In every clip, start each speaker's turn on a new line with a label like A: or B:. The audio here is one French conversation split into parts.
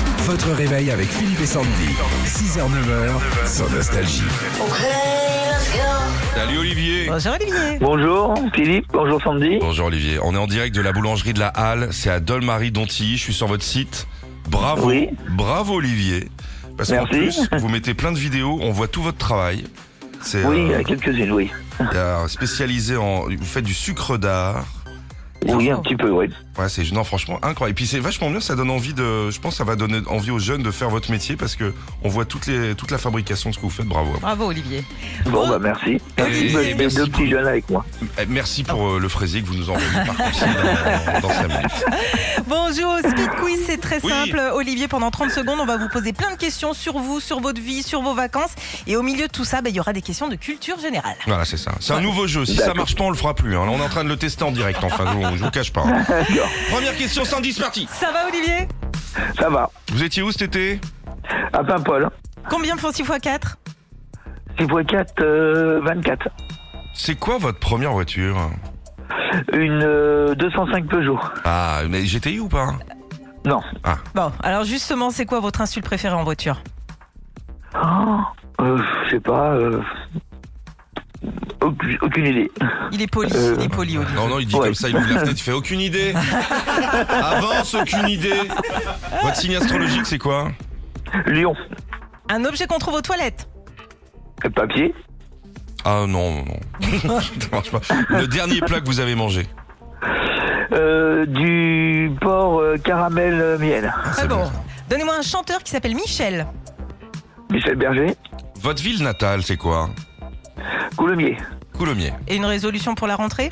A: Votre réveil avec Philippe et Sandy. 6h, 9h, sans nostalgie.
B: Salut Olivier
C: Bonjour Olivier.
D: Bonjour Philippe, bonjour Sandy.
B: Bonjour Olivier, on est en direct de la boulangerie de la Halle, c'est à Dolmarie-Dontilly, je suis sur votre site. Bravo,
D: Oui.
B: bravo Olivier Parce qu'en plus,
D: Merci.
B: vous mettez plein de vidéos, on voit tout votre travail. C'est
D: Oui, il y
B: euh,
D: a quelques-unes, oui.
B: il y a spécialisé en... Vous faites du sucre d'art.
D: Oui, un petit peu, oui.
B: Ouais, c'est non franchement incroyable. Et puis c'est vachement bien, ça donne envie de... Je pense que ça va donner envie aux jeunes de faire votre métier parce que on voit toutes les... toute la fabrication de ce que vous faites, bravo.
C: Bravo Olivier.
D: Bon, bah merci. Merci de me
B: et
D: laisser
B: merci
D: deux petits jeunes avec moi.
B: Eh, Merci pour euh, le fraisier que vous nous envoyez par contre dans, dans 5 minutes.
C: Bonjour, Speed Quiz, c'est très
B: Oui.
C: simple. Olivier, pendant 30 secondes, on va vous poser plein de questions sur vous, sur votre vie, sur vos vacances. Et au milieu de tout ça, ben, il y aura des questions de culture générale.
B: Voilà, c'est ça. C'est un nouveau jeu. Si ça
D: D'accord.
B: marche pas, on le fera plus. hein. Là, on est en train de le tester en direct. Enfin, je, vous- je vous cache pas. hein.
D: D'accord,
B: Première question, 110, c'est parti.
C: Ça va Olivier
D: ça va.
B: Vous étiez où cet été
D: À hein. Paimpol,
C: Combien font 6 x 4
D: 6 x 4, euh, 24.
B: C'est quoi votre première voiture
D: Une euh, 205 Peugeot.
B: Ah, mais GTI ou pas
D: Non.
C: Bon, alors justement, c'est quoi votre insulte préférée en voiture
D: Oh, euh, je sais pas. euh, aucune, aucune idée.
C: Il est poli,
D: Euh,
C: il est poli Olivier.
B: Non, non, il dit
D: Ouais.
B: comme ça, il ouvre la fenêtre, il fait aucune idée. Avance, aucune idée. Votre signe astrologique, c'est quoi
D: Lyon,
C: Un objet qu'on trouve aux toilettes.
D: le papier.
B: Ah non, non. Ça marche pas. Le dernier plat que vous avez mangé.
D: Euh, du porc euh, caramel euh, miel.
C: Très bon. Donnez-moi un chanteur qui s'appelle Michel.
D: Michel Berger,
B: Votre ville natale, c'est quoi
D: Coulommiers.
B: Coulommiers.
C: Et une résolution pour la rentrée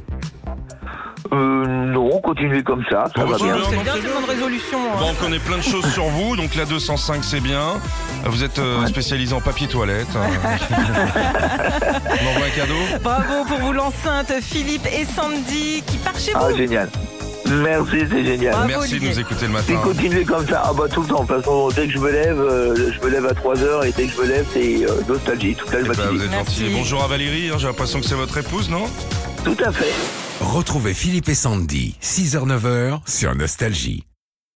D: Euh, non, continuez comme ça, ça
B: Bon,
D: va
B: bah,
D: bien.
B: non,
C: C'est
B: non,
C: bien,
B: c'est
C: c'est le
B: bon.
C: monde résolution. hein.
B: Bon, on connaît plein de choses sur vous, donc la 205 c'est bien. Vous êtes euh, spécialisé en papier toilette. euh. on envoie un cadeau.
C: Bravo pour vous l'enceinte Philippe et Sandy qui part chez vous.
D: Ah, génial. Merci, c'est génial.
C: Bravo,
B: Merci de
C: Olivier.
B: nous écouter le
D: Et
B: matin.
D: continuer comme ça, ah bah tout le temps, de toute façon, dès que je me lève, euh, je me lève à 3h et dès que je me lève, c'est euh, nostalgie, toute la
B: Eh ben, vous
D: matinée.
B: êtes
C: Merci.
B: gentil. Bonjour à Valérie, hein, j'ai l'impression que c'est votre épouse, non
D: Tout à fait.
A: Retrouvez Philippe et Sandy, 6h, 9h, sur Nostalgie.